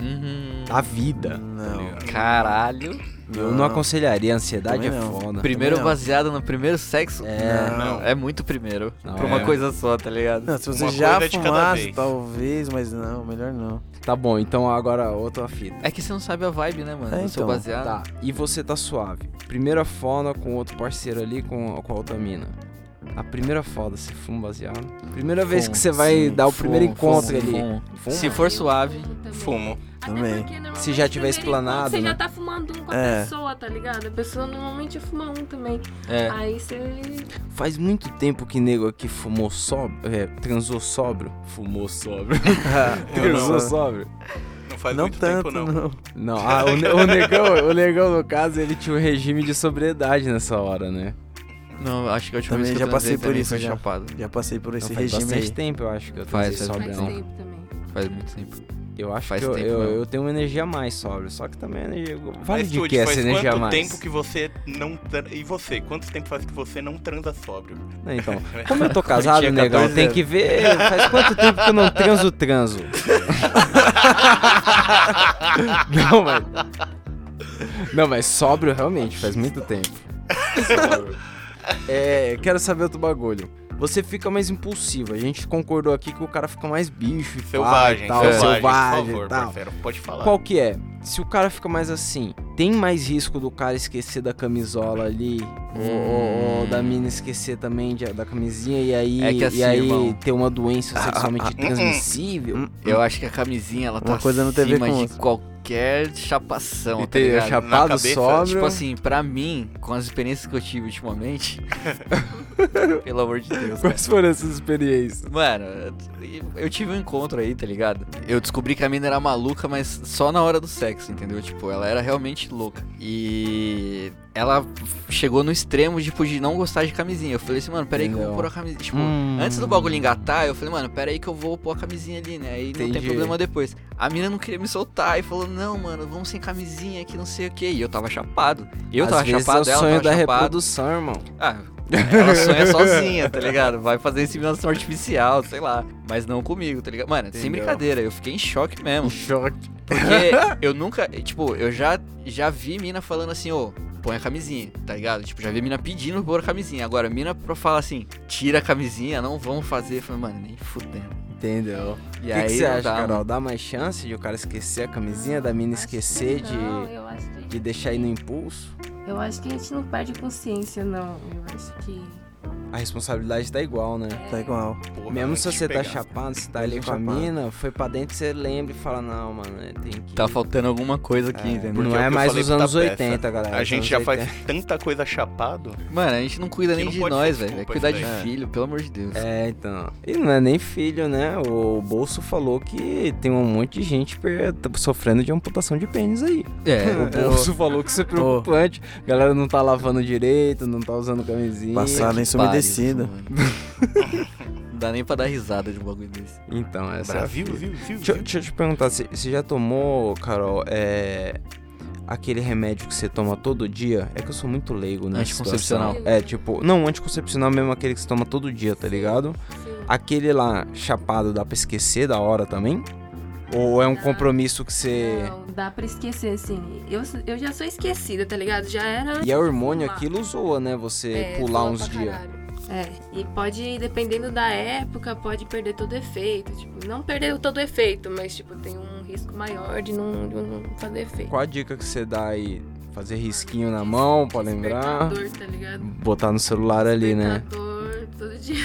S3: Uhum.
S2: A vida.
S3: tá
S6: Não.
S3: Caralho.
S2: É, Eu Ah, não aconselharia, a ansiedade
S6: Também
S2: é
S6: não.
S2: foda.
S3: Primeiro
S6: não.
S3: baseado no primeiro sexo?
S2: É.
S3: Não. É muito primeiro.
S2: Não,
S3: pra uma
S2: é.
S3: coisa só, tá ligado?
S6: Não, se você
S4: Uma
S6: já
S4: coisa de cada
S6: fumasse,
S4: vez.
S6: talvez, mas não, melhor não.
S2: Tá bom, então agora outra fita.
S3: É que você não sabe a vibe, né, mano?
S6: É,
S3: Do seu
S6: então.
S3: baseado.
S2: Tá, e você tá suave. Primeira foda com outro parceiro ali, com, com a outra mina. A primeira foda, você fuma baseado. Primeira vez
S3: Fumo,
S2: que você vai
S6: sim,
S2: dar o
S3: Fumo,
S2: primeiro encontro
S3: fumo,
S2: ali.
S3: fumo.
S2: Fuma?
S3: Se for suave,
S4: Fumo.
S6: Também.
S7: né,
S2: Se já tiver explanado,
S7: Você
S2: né?
S7: já tá fumando um com a
S6: É.
S7: pessoa, tá ligado? A pessoa normalmente fuma um também.
S3: É.
S7: Aí você.
S2: Faz muito tempo que nego aqui fumou sóbrio. É, transou sóbrio. Fumou sóbrio. [LAUGHS] transou sóbrio.
S4: Não faz
S6: não
S4: muito
S6: tanto,
S4: tempo, não.
S6: não.
S2: Não, ah, o, ne- o negão, o negão, no caso, ele tinha um regime de sobriedade nessa hora, né?
S3: Não, acho que a última
S6: Também
S3: vez que
S6: já
S3: eu
S6: passei
S3: transei
S6: por
S3: também
S6: isso
S3: foi
S6: já.
S3: chapado.
S6: Já passei por esse
S2: Não, faz
S6: regime
S2: bastante
S6: aí.
S2: tempo, eu acho que eu
S3: Faz,
S2: transei
S3: faz
S2: sóbrio.
S7: Faz
S2: não.
S3: bastante
S7: tempo também.
S3: Faz muito tempo.
S2: Eu acho
S3: Faz
S2: que eu,
S3: tempo
S2: eu-
S3: mesmo.
S2: eu tenho uma energia a mais sóbria, só que também a energia. Vale
S4: Mas,
S2: de
S4: Tude,
S2: que essa
S4: faz
S2: energia a
S4: quanto
S2: mais?
S4: tempo que você não... tran- E você, quanto tempo faz que você não transa sóbrio?
S2: Não,
S4: [LAUGHS]
S2: Então, como eu tô casado,
S4: tinha
S2: negão,
S4: 14
S2: tem que ver faz quanto tempo que eu não transo
S4: [LAUGHS]
S2: transo. não, mas. Não, mas sóbrio realmente, faz muito tempo. Sóbrio. É, eu quero saber outro bagulho. Você fica mais impulsivo. A gente concordou aqui que o cara fica mais bicho e pá
S4: Selvagem,
S2: e tal,
S4: selvagem,
S2: selvagem
S4: por favor,
S2: e tal.
S4: parceiro. Pode falar.
S2: Qual que é? Se o cara fica mais assim, tem mais risco do cara esquecer da camisola ali, ou, ou- ou da mina esquecer também de- da camisinha e aí,
S3: Hum. É que assim,
S2: e aí
S3: irmão. Ah, hum,
S2: ter uma doença sexualmente transmissível?
S3: Eu acho que a camisinha, ela tá
S6: Hum. Uma coisa não tem a ver
S3: acima
S6: com
S3: de
S6: outra.
S3: qualquer chapação, tá
S2: Entendeu?
S3: ligado?
S4: Na
S2: Chapado,
S4: cabeça,
S2: sóbrio.
S3: Tipo assim, pra mim, com as experiências que eu tive ultimamente, [LAUGHS] pelo amor de Deus,
S6: [LAUGHS]
S3: cara.
S2: Quais foram essas experiências?
S3: Mano, eu tive um encontro aí, tá ligado? Eu descobri que a mina era maluca, mas só na hora do sexo, entendeu? Tipo, ela era realmente louca. E ela chegou no extremo, tipo, de não gostar de camisinha. Eu falei assim, mano, peraí que eu vou
S2: Entendeu.
S3: pôr a camisinha. Tipo,
S2: Hum.
S3: antes do bagulho engatar, eu falei, mano, peraí que eu vou pôr a camisinha ali, né? Aí não tem
S2: Entendi.
S3: problema depois. A mina não queria me soltar e falou, não, mano, vamos sem camisinha que não sei o que. E eu tava chapado. Eu
S2: Às
S3: tava
S2: vezes
S3: chapado,
S2: é o
S3: ela
S2: sonho
S3: tava
S2: da
S3: chapada.
S2: reprodução, irmão.
S3: Ah, ela sonha sozinha, tá ligado? Vai fazer inseminação artificial, sei lá. Mas não comigo, tá ligado? Mano, sem
S2: Entendeu.
S3: brincadeira, eu fiquei em choque
S4: [LAUGHS]
S3: mesmo.
S2: Choque.
S3: Porque eu nunca, tipo, eu já, já vi mina falando assim, ô, põe a camisinha, tá ligado? Tipo, já vi mina pedindo pra pôr a camisinha. Agora, mina pra falar assim, tira a camisinha, não vamos fazer. Eu falei, mano, nem fudendo.
S2: Entendeu? O
S3: E
S2: que,
S3: aí,
S2: que você
S3: não
S2: acha,
S3: dá,
S2: Carol?
S3: mano.
S2: Dá mais chance de o cara esquecer a camisinha, da mina
S5: Acho que
S2: esquecer
S5: não,
S2: de,
S5: eu acho que-
S2: de deixar aí no impulso?
S5: Eu acho que a gente não perde consciência, não. Eu acho que.
S2: A responsabilidade tá igual, né?
S6: Tá igual.
S4: Porra,
S2: Mesmo
S4: eu
S2: se
S4: te
S2: você tá
S4: pegar.
S2: chapado, você tá
S6: Mesmo
S2: ali com
S6: chapado.
S2: a mina, foi pra dentro, você lembra e fala, não, mano, tem que...
S3: Tá faltando alguma coisa aqui, entendeu?
S4: porque
S2: não
S4: é o que
S2: é
S4: eu
S2: mais
S4: falei
S2: os
S4: pra
S2: anos
S4: peça.
S2: 80, galera.
S4: A
S2: os
S4: gente
S2: anos
S4: já faz
S2: 80.
S4: tanta coisa chapado.
S3: Mano, a gente não cuida
S4: Que
S3: nem
S4: não
S3: de
S4: pode ser
S3: nós, velho. É
S4: desculpa
S3: cuidar
S4: isso
S3: de
S4: daí. É.
S3: filho, pelo amor de Deus.
S2: É, então. E não é nem filho, né? O Bolso falou que tem um monte de gente per- tá sofrendo de amputação de pênis aí.
S3: [LAUGHS] É,
S2: O Bolso falou que isso é preocupante. A galera não tá lavando direito, não tá usando camisinha.
S6: Passado ensumedecido.
S3: Não [LAUGHS] dá nem pra dar risada de um bagulho desse.
S2: Então, essa é a
S4: Brasil,
S2: fita.
S4: viu, viu,
S2: Deixa,
S4: viu.
S2: deixa eu te perguntar, você você já tomou, Carol, é, aquele remédio que você toma todo dia? É que eu sou muito leigo, né?
S3: Anticoncepcional.
S2: É, tipo, não, anticoncepcional mesmo aquele que você toma todo dia, tá ligado?
S7: Sim.
S2: Aquele lá chapado dá pra esquecer da hora também? Ou é um compromisso que você.
S5: Não, dá pra esquecer, assim.
S7: Eu, eu já sou esquecida, tá ligado? Já era.
S2: E é hormônio
S7: Fumar.
S2: aquilo zoa, né? Você
S7: É,
S2: pular
S7: zoa
S2: uns
S7: pra
S2: dias.
S7: caralho. É, e pode, dependendo da época, pode perder todo o efeito. Tipo, não perder todo o efeito, mas, tipo, tem um risco maior de não, de não fazer efeito.
S2: Qual a dica que você dá aí? Fazer risquinho na mão pra lembrar?
S7: Despertador, tá ligado?
S2: Botar no celular ali, né?
S7: Despertador, todo dia.
S2: [LAUGHS]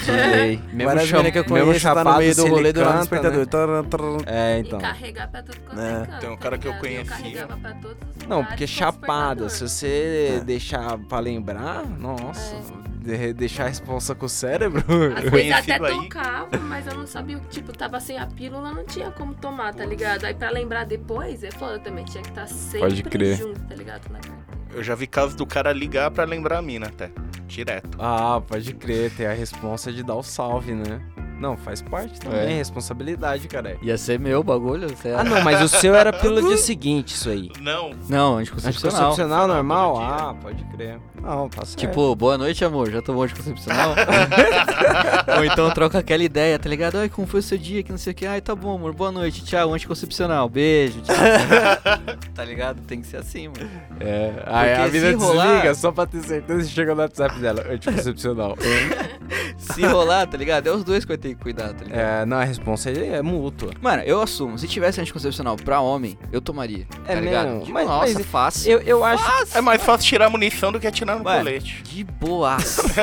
S2: Mesmo,
S6: Várias
S2: cha
S6: meninas que eu
S2: mesmo
S6: conheço tá no
S2: chapado,
S6: meio
S2: se
S6: do
S2: ele
S6: rolê do lado do
S2: canta,
S6: despertador.
S2: né?
S6: Torra, torra.
S2: É,
S7: [LAUGHS] E
S2: então.
S7: carregar pra tudo quanto
S6: É.
S7: é canto,
S4: Tem um
S7: tá
S4: cara que eu
S7: ligado?
S4: conhecia.
S7: carregava pra todos os
S2: Não, porque
S7: lugares com
S2: chapada,
S7: despertador.
S2: se você deixar pra lembrar, nossa, de- deixar a responsa com o cérebro. [LAUGHS]
S7: Às vezes até
S4: Conhecido aí.
S7: tocava, mas eu não sabia, o que- tipo, tava sem a pílula, não tinha como tomar, tá ligado? Aí pra lembrar depois, é foda também, tinha que estar sempre
S2: Pode crer.
S7: junto, tá ligado? Na carteira.
S4: Eu já vi casos do cara ligar pra lembrar a mina até. Direto.
S2: Ah, pode crer, tem a responsa de dar o salve, né? Não, faz parte também,
S3: É.
S2: responsabilidade, cara.
S3: Ia ser meu o bagulho? Você é
S2: Ah, não, mas o seu era pelo dia seguinte, isso aí.
S4: Não,
S3: Não, anticoncepcional.
S2: Anticoncepcional normal?
S4: Todo dia.
S2: Ah, pode crer. Não, tá certo.
S3: Tipo, boa noite, amor. Já
S2: [LAUGHS]
S3: tomou anticoncepcional? Ou então troca aquela ideia, tá ligado? Ai, como foi o seu dia? Que não sei o que. Ai, tá bom, amor. Boa noite. Tchau, anticoncepcional. Beijo.
S2: [LAUGHS]
S3: Tchau. tá ligado? Tem que ser assim, mano.
S2: é. Aí a
S3: porque
S2: vida
S3: se rolar-
S2: desliga só pra ter certeza que chega no WhatsApp dela. É, tipo, Anticoncepcional.
S3: Se rolar, tá ligado? É os dois que vai ter que cuidar, tá ligado?
S2: é, não, a responsa é, é mútua.
S3: Mano, eu assumo. Se tivesse anticoncepcional pra homem, eu tomaria. Tá
S2: É
S3: ligado?
S2: mesmo?
S3: De-
S2: Mas-
S3: Nossa,
S2: mas-
S3: fácil.
S2: Eu, eu acho.
S4: É mais fácil tirar a munição do que atirar no
S3: Ué.
S4: colete.
S3: De boaça.
S2: [LAUGHS]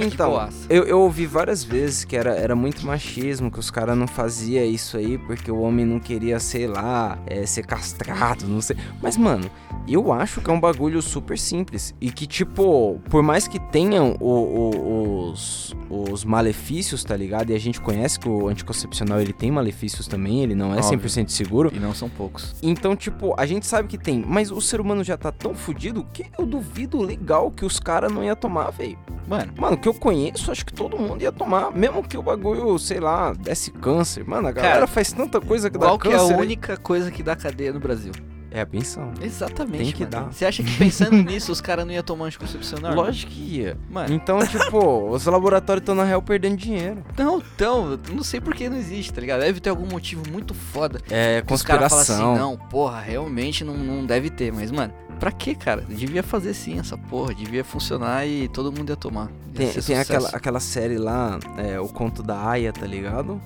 S2: Então,
S3: boaça.
S2: eu, eu ouvi várias vezes que era, era muito machismo, que os caras não fazia isso aí porque o homem não queria, sei lá, é, ser castrado, não sei. Mas, mano, Eu acho que é um bagulho super simples. E que, tipo, por mais que tenham o- o- os, os malefícios, tá ligado? E a gente conhece que o anticoncepcional ele tem malefícios também, ele não é
S3: Óbvio.
S2: 100% seguro.
S3: E não são poucos.
S2: Então, tipo, a gente sabe que tem, mas o ser humano já tá tão fudido que eu duvido legal que os caras não iam tomar, velho.
S3: Mano,
S2: Mano, que eu conheço, acho que todo mundo ia tomar. Mesmo que o bagulho, sei lá, desse câncer. Mano, a galera
S3: Cara,
S2: faz tanta coisa que dá
S3: qual que é a
S2: câncer. aí.
S3: única coisa que dá cadeia no Brasil?
S2: É a pensão.
S3: Exatamente.
S2: Tem que
S3: mano.
S2: dar.
S3: Você acha que pensando
S2: [LAUGHS]
S3: nisso os caras não iam tomar anticoncepcional?
S2: Lógico que ia.
S3: Mano,
S2: Então, [LAUGHS] tipo, os laboratórios estão na real perdendo dinheiro.
S3: então, então, eu não sei por que não existe, tá ligado? Deve ter algum motivo muito foda.
S2: É
S3: que os caras falam assim, não, porra, realmente não, não deve ter. Mas, mano, pra que, cara? Devia fazer sim essa porra, devia funcionar e todo mundo ia tomar. Ia
S2: Tem,
S3: ser
S2: tem
S3: sucesso.
S2: aquela, aquela série lá, é, O Conto da Aya, tá ligado?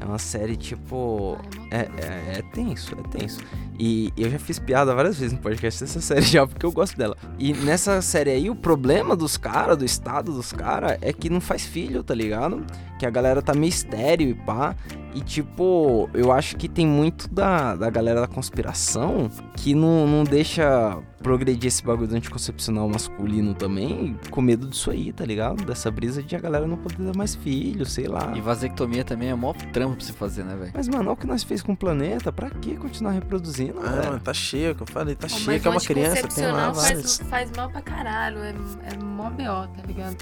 S2: É uma série,
S7: Ah,
S2: tipo. É, é, é tenso, é tenso. E eu já fiz piada várias vezes no podcast dessa [LAUGHS] série já, porque eu gosto dela. E nessa série aí, o problema dos caras, do estado dos caras, é que não faz filho, tá ligado? Que a galera tá meio estéreo e pá. E tipo, eu acho que tem muito da, da galera da conspiração que não, não deixa progredir esse bagulho do anticoncepcional masculino também, com medo disso aí, tá ligado? Dessa brisa de a galera não poder dar mais filho, sei lá.
S3: E vasectomia também é mó trampo pra você fazer, né, velho?
S2: Mas, mano, olha o que nós fez com o planeta, pra que continuar reproduzindo,
S6: Ah,
S2: galera?
S3: É.
S6: mano, tá cheio, que eu falei, tá
S7: Ó,
S6: cheio,
S7: mas
S6: que é
S7: o
S6: uma criança, tem lá
S7: anticoncepcional faz,
S6: vários.
S7: faz mal pra caralho. É, é mó B.O., tá ligado?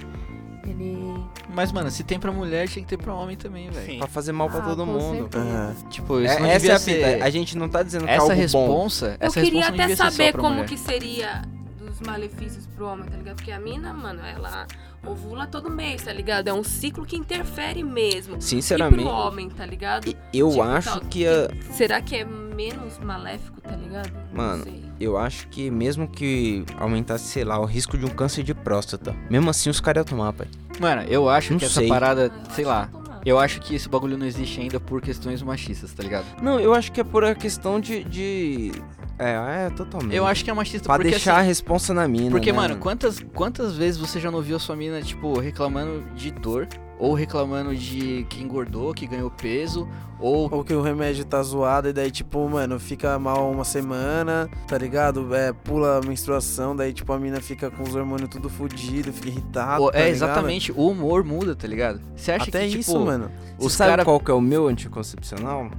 S7: Ele.
S3: Mas, mano, se tem pra mulher, tinha que ter pra homem também, velho.
S4: Sim.
S2: Pra fazer mal pra
S5: Ah,
S2: todo
S5: com
S2: mundo.
S5: certeza.
S3: Tipo, isso não
S2: É, essa é
S3: devia
S2: a
S3: ser...
S2: fita. A gente não tá dizendo que é
S3: Essa
S2: algo bom.
S3: responsa...
S7: Eu
S3: essa
S7: queria
S3: responsa não
S7: até
S3: devia ser só
S7: saber
S3: pra
S7: como
S3: mulher.
S7: que seria dos malefícios pro homem, tá ligado? Porque a mina, mano, ela ovula todo mês, tá ligado? É um ciclo que interfere mesmo. E pro
S2: Sinceramente,
S7: homem, tá ligado?
S2: e- eu
S7: Tipo,
S2: acho
S7: tal,
S2: que eh, a,
S7: Será que é menos maléfico, tá ligado? Não
S2: Mano,
S7: sei.
S2: eu acho que mesmo que aumentasse, sei lá, o risco de um câncer de próstata, mesmo assim os caras iam tomar, pai.
S3: Mano, eu acho
S2: Não
S3: que
S2: sei.
S3: essa parada,
S7: Ah, eu
S3: é, sei
S7: acho
S3: lá...
S7: que eu tô mal.
S3: Eu acho que esse bagulho não existe ainda por questões machistas, tá ligado?
S2: Não, eu acho que é por a questão de. de... É, é totalmente.
S3: Eu acho que é machista
S2: Pra
S3: porque
S2: deixar a
S3: assim,
S2: responsa na mina.
S3: Porque,
S2: né?
S3: mano, quantas, quantas vezes você já não viu a sua mina, tipo, reclamando de dor? Ou reclamando de que engordou, que ganhou peso, ou
S6: Ou que o remédio tá zoado e daí, tipo, mano, fica mal uma semana, tá ligado? É, pula a menstruação, daí, tipo, a mina fica com os hormônios tudo fudido, fica irritada.
S3: ou-
S6: tá
S3: é,
S6: ligado?
S3: exatamente, o humor muda, tá ligado? Você acha
S6: Até
S3: que, tipo,
S6: isso, mano.
S2: Você
S3: os Hum.
S2: sabe
S3: [LAUGHS] caras...
S2: qual que é o meu anticoncepcional?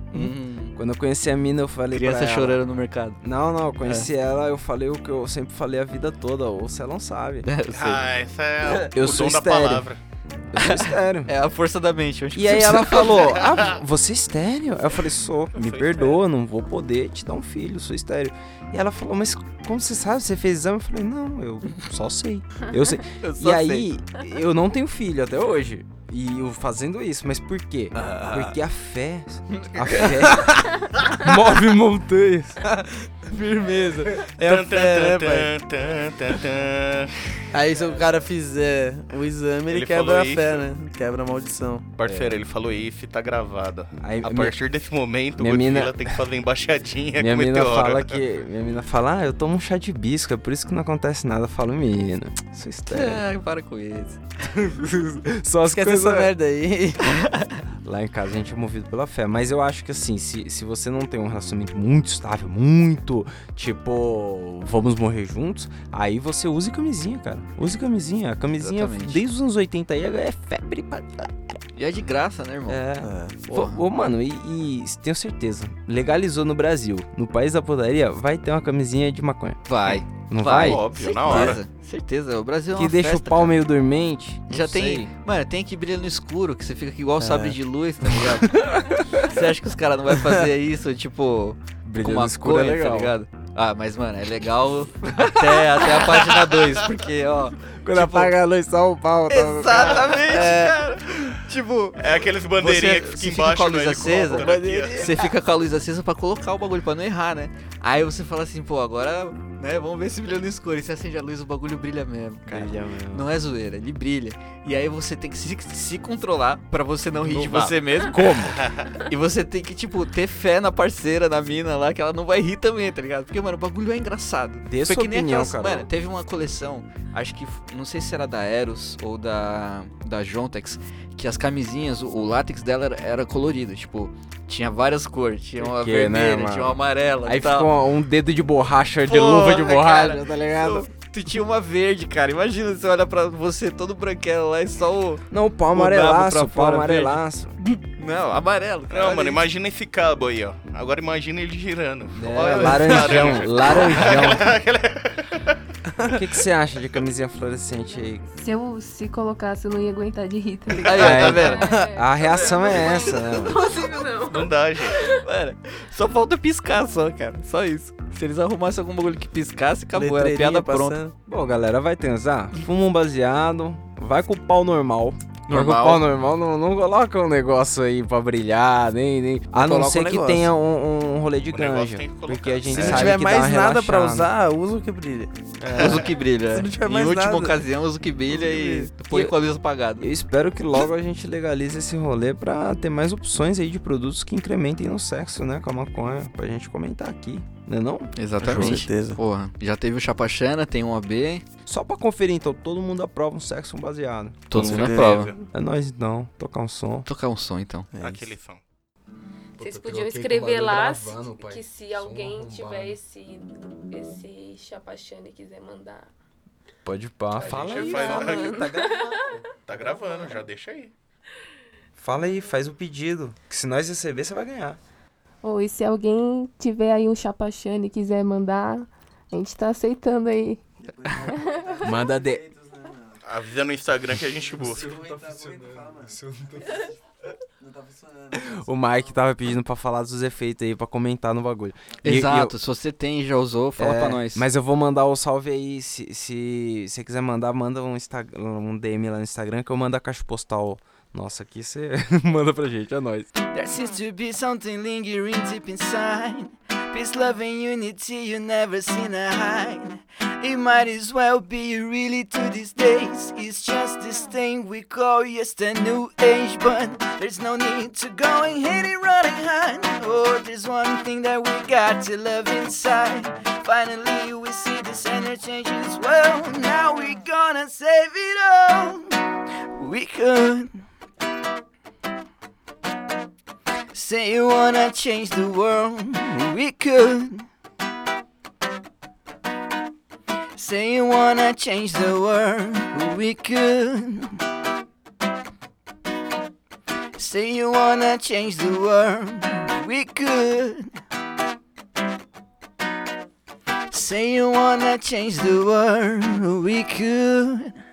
S2: Quando eu conheci a mina, eu falei pra
S3: criança
S2: ela,
S3: chorando no mercado.
S2: Não, não, eu conheci
S3: É.
S2: ela, eu falei o que eu sempre falei a vida toda, ou você não sabe.
S3: Eu sei. [LAUGHS]
S4: Ah, essa é
S2: Eu
S4: o
S2: sou
S4: dom da
S2: estéril.
S4: palavra.
S2: Eu sou estéreo.
S3: É a força da mente. eu acho que
S2: E aí
S3: você
S2: ela
S3: precisa- [LAUGHS]
S2: falou, ah, você é estéreo? Eu falei, sou,
S4: Eu
S2: me
S4: sou
S2: perdoa, não vou poder te dar um filho, sou estéreo. E ela falou, mas como você sabe, você fez exame? Eu falei, não, eu só sei. Eu sei.
S3: [LAUGHS] Eu
S2: e
S3: só sei.
S2: aí, eu não tenho filho até hoje. E eu fazendo isso, mas por quê?
S3: Ah,
S2: Porque a fé, a
S3: [LAUGHS]
S2: fé move montanhas.
S6: Firmeza. É a
S4: Tan, tan,
S6: fé, né,
S4: tan,
S6: pai?
S4: tan, tan, tan.
S6: Aí se o cara fizer o exame, ele,
S4: Ele
S6: quebra
S4: falou
S6: a fé, né? Quebra a maldição.
S4: Parceiro, ele falou isso e tá gravado.
S2: Aí,
S4: A
S2: minha-
S4: partir desse momento, o
S2: minha
S4: Godzilla
S2: mina-
S4: tem que fazer
S3: É
S4: embaixadinha
S2: Minha
S4: com o
S2: menina
S4: meteoro.
S2: fala que. Minha menina fala, ah, eu tomo um chá de bisco, é por isso que não acontece nada. Eu falo, menina, sou estéreo.
S3: Ah, para com isso. É.
S2: Só as
S6: Esquece essa merda
S3: [LAUGHS]
S6: aí.
S2: Lá em casa a gente é movido pela fé. Mas eu acho que assim, se, se você não tem um relacionamento muito estável, muito tipo, vamos morrer juntos, aí você use camisinha, cara. Use camisinha. A camisinha
S3: Exatamente.
S2: desde os anos 80 aí é febre pra.
S3: E é de graça, né, irmão?
S2: É. Ô,
S3: Porra.
S2: ô, mano, e, e tenho certeza, legalizou no Brasil, no país da putaria, vai ter uma camisinha de maconha.
S3: Vai.
S2: Não vai?
S3: Vai.
S4: Óbvio, na hora.
S3: certeza. Certeza. O Brasil é
S2: Que
S3: uma
S2: deixa
S3: festa,
S2: o pau
S3: cara.
S2: meio dormente.
S3: Já
S2: Não
S3: tem.
S2: sei. É.
S3: Mano, tem que brilha no escuro, que você fica aqui igual sabre de luz, tá
S2: [LAUGHS]
S3: ligado? você acha que os caras não vão fazer isso, tipo,
S2: Brilho
S3: com
S2: no
S3: uma
S2: escuro é
S3: cor, tá
S2: legal.
S3: ligado? Ah, mas, mano, é legal até, até a página 2, porque, ó.
S2: Quando apaga a luz, só o pau. Tá...
S3: Exatamente, cara. Tipo,
S4: É aqueles bandeirinhas
S3: É. Você-
S4: que
S3: você fica
S4: fica
S3: né?
S4: embaixo né,
S3: com a
S4: do
S3: luz
S4: helicóptero
S3: acesa?
S4: aqui, ó.
S3: você fica com a luz acesa pra colocar o bagulho, pra não errar, né? Aí você fala assim, pô, agora, né, vamos ver se brilha no escuro. E você acende a luz, o bagulho brilha mesmo, cara. Não é zoeira, ele brilha. E aí você tem que se, se controlar pra você não rir
S4: Não
S3: de
S4: vá.
S3: você mesmo. Como? e você tem que, tipo, ter fé na parceira, na mina lá, que ela não vai rir também, tá ligado? Porque, mano, o bagulho é engraçado.
S2: Dê
S3: Foi
S2: sua
S3: que nem
S2: opinião,
S3: aquelas,
S2: Carol.
S3: Mano, teve uma coleção, acho que, f- não sei se era da Eros ou da, da Jontex, que as camisinhas, o, o látex dela era, era colorido, tipo... Tinha várias cores. Tinha uma
S2: Que, né,
S3: vermelha,
S2: mano?
S3: tinha uma amarela.
S2: Aí
S3: e tal.
S2: ficou um dedo de borracha, de
S3: Porra,
S2: luva de borracha,
S3: cara.
S2: tá ligado?
S3: Tu- Tu tinha uma verde, cara. Imagina você olha pra você todo branquelo lá e só o.
S2: Não, o pau
S3: O brabo
S2: amarelaço,
S3: pra
S2: o pau
S3: fora,
S2: amarelaço.
S3: Não, amarelo. Cara,
S4: Não, É.
S3: olha
S4: mano,
S3: isso.
S4: imagina esse cabo aí, ó. Agora imagina ele girando.
S2: É,
S4: Olha,
S2: laranjão, [LAUGHS] laranjão. O que que você acha de camisinha fluorescente aí?
S5: Se eu se colocasse, eu não ia aguentar de
S3: [LAUGHS]
S5: rir, tá ligado?
S3: Aí, ó, tá
S2: É,
S3: vendo?
S2: A reação é essa, né? mano?
S4: Não dá, gente.
S3: Mano, só falta piscar só, cara. Só isso. Se eles arrumassem algum bagulho que piscasse, acabou. Era
S6: Letreirinha
S3: piada pronta.
S6: passando.
S2: Bom, galera, vai transar? Fuma um baseado, vai com o pau normal. Vai com o
S3: Normal.
S2: pau normal, não, não coloca um negócio aí pra brilhar, nem... nem. A não
S6: Coloca um
S2: ser que
S6: negócio.
S2: tenha um, um rolê de
S4: O negócio
S2: ganja.
S4: tem que colocar.
S2: Porque a gente
S6: Se
S2: sabe
S6: não tiver
S2: que dá uma
S6: mais nada pra
S2: relaxada.
S6: usar, usa o que brilha.
S3: Usa o que brilha.
S6: Se não tiver
S3: em
S6: mais
S3: última
S6: nada.
S3: ocasião, usa o que brilha e põe
S2: Eu-
S3: com a luz apagada.
S2: Eu espero que logo a gente legalize esse rolê pra ter mais opções aí de produtos que incrementem no sexo, né? Com a maconha, pra gente comentar aqui, né não?
S6: Com certeza.
S3: Porra, já teve o Chapaxana, tem um AB.
S2: Só pra conferir, então, todo mundo aprova um sexo um baseado.
S3: Todo
S6: Com
S3: mundo
S6: certeza.
S3: aprova. Vou
S2: É nóis então, tocar um som.
S3: tocar um som então.
S6: É
S4: Aquele
S6: isso.
S4: som.
S7: Vocês
S2: Puta,
S7: podiam
S2: piloquei com
S7: escrever
S2: barulho
S7: lá
S2: gravando,
S7: se-
S2: pai.
S7: que se
S2: Som
S7: alguém
S2: arrombado.
S7: tiver esse, esse chapachane e quiser mandar.
S2: Pode pá. Fala
S4: gente
S2: aí,
S4: faz-
S2: fala aí, tá gravando.
S4: Tá gravando, já deixa aí.
S2: Fala aí, faz o pedido. Que se nós receber, você vai ganhar.
S5: Ou e se alguém tiver aí um chapachane e quiser mandar, a gente tá aceitando aí.
S2: Manda de.
S4: Avisa no Instagram que a gente busca.
S6: É
S2: O Mike tava pedindo pra falar dos efeitos aí, pra comentar no bagulho. E- e eu-
S3: Exato, se você tem e já usou, fala
S2: É,
S3: pra nós.
S2: Mas eu vou mandar o salve aí. Se, se você quiser mandar, manda um, Instagram, um DM lá no Instagram que eu mando a caixa postal nossa aqui. Você [LAUGHS] manda pra gente, é nóis.
S1: There seems to be something lingering deep inside. Peace, love, and unity you never seen a hide. It might as well be really to these days. It's just this thing we call yes the new age, but there's no need to go and hit it running high. Oh, there's one thing that we got to love inside. Finally, we see this energy changes. Well, now we're gonna save it all. We could. Say you wanna change the world, we could. Say you wanna change the world, we could. Say you wanna change the world, we could. Say you wanna change the world, we could.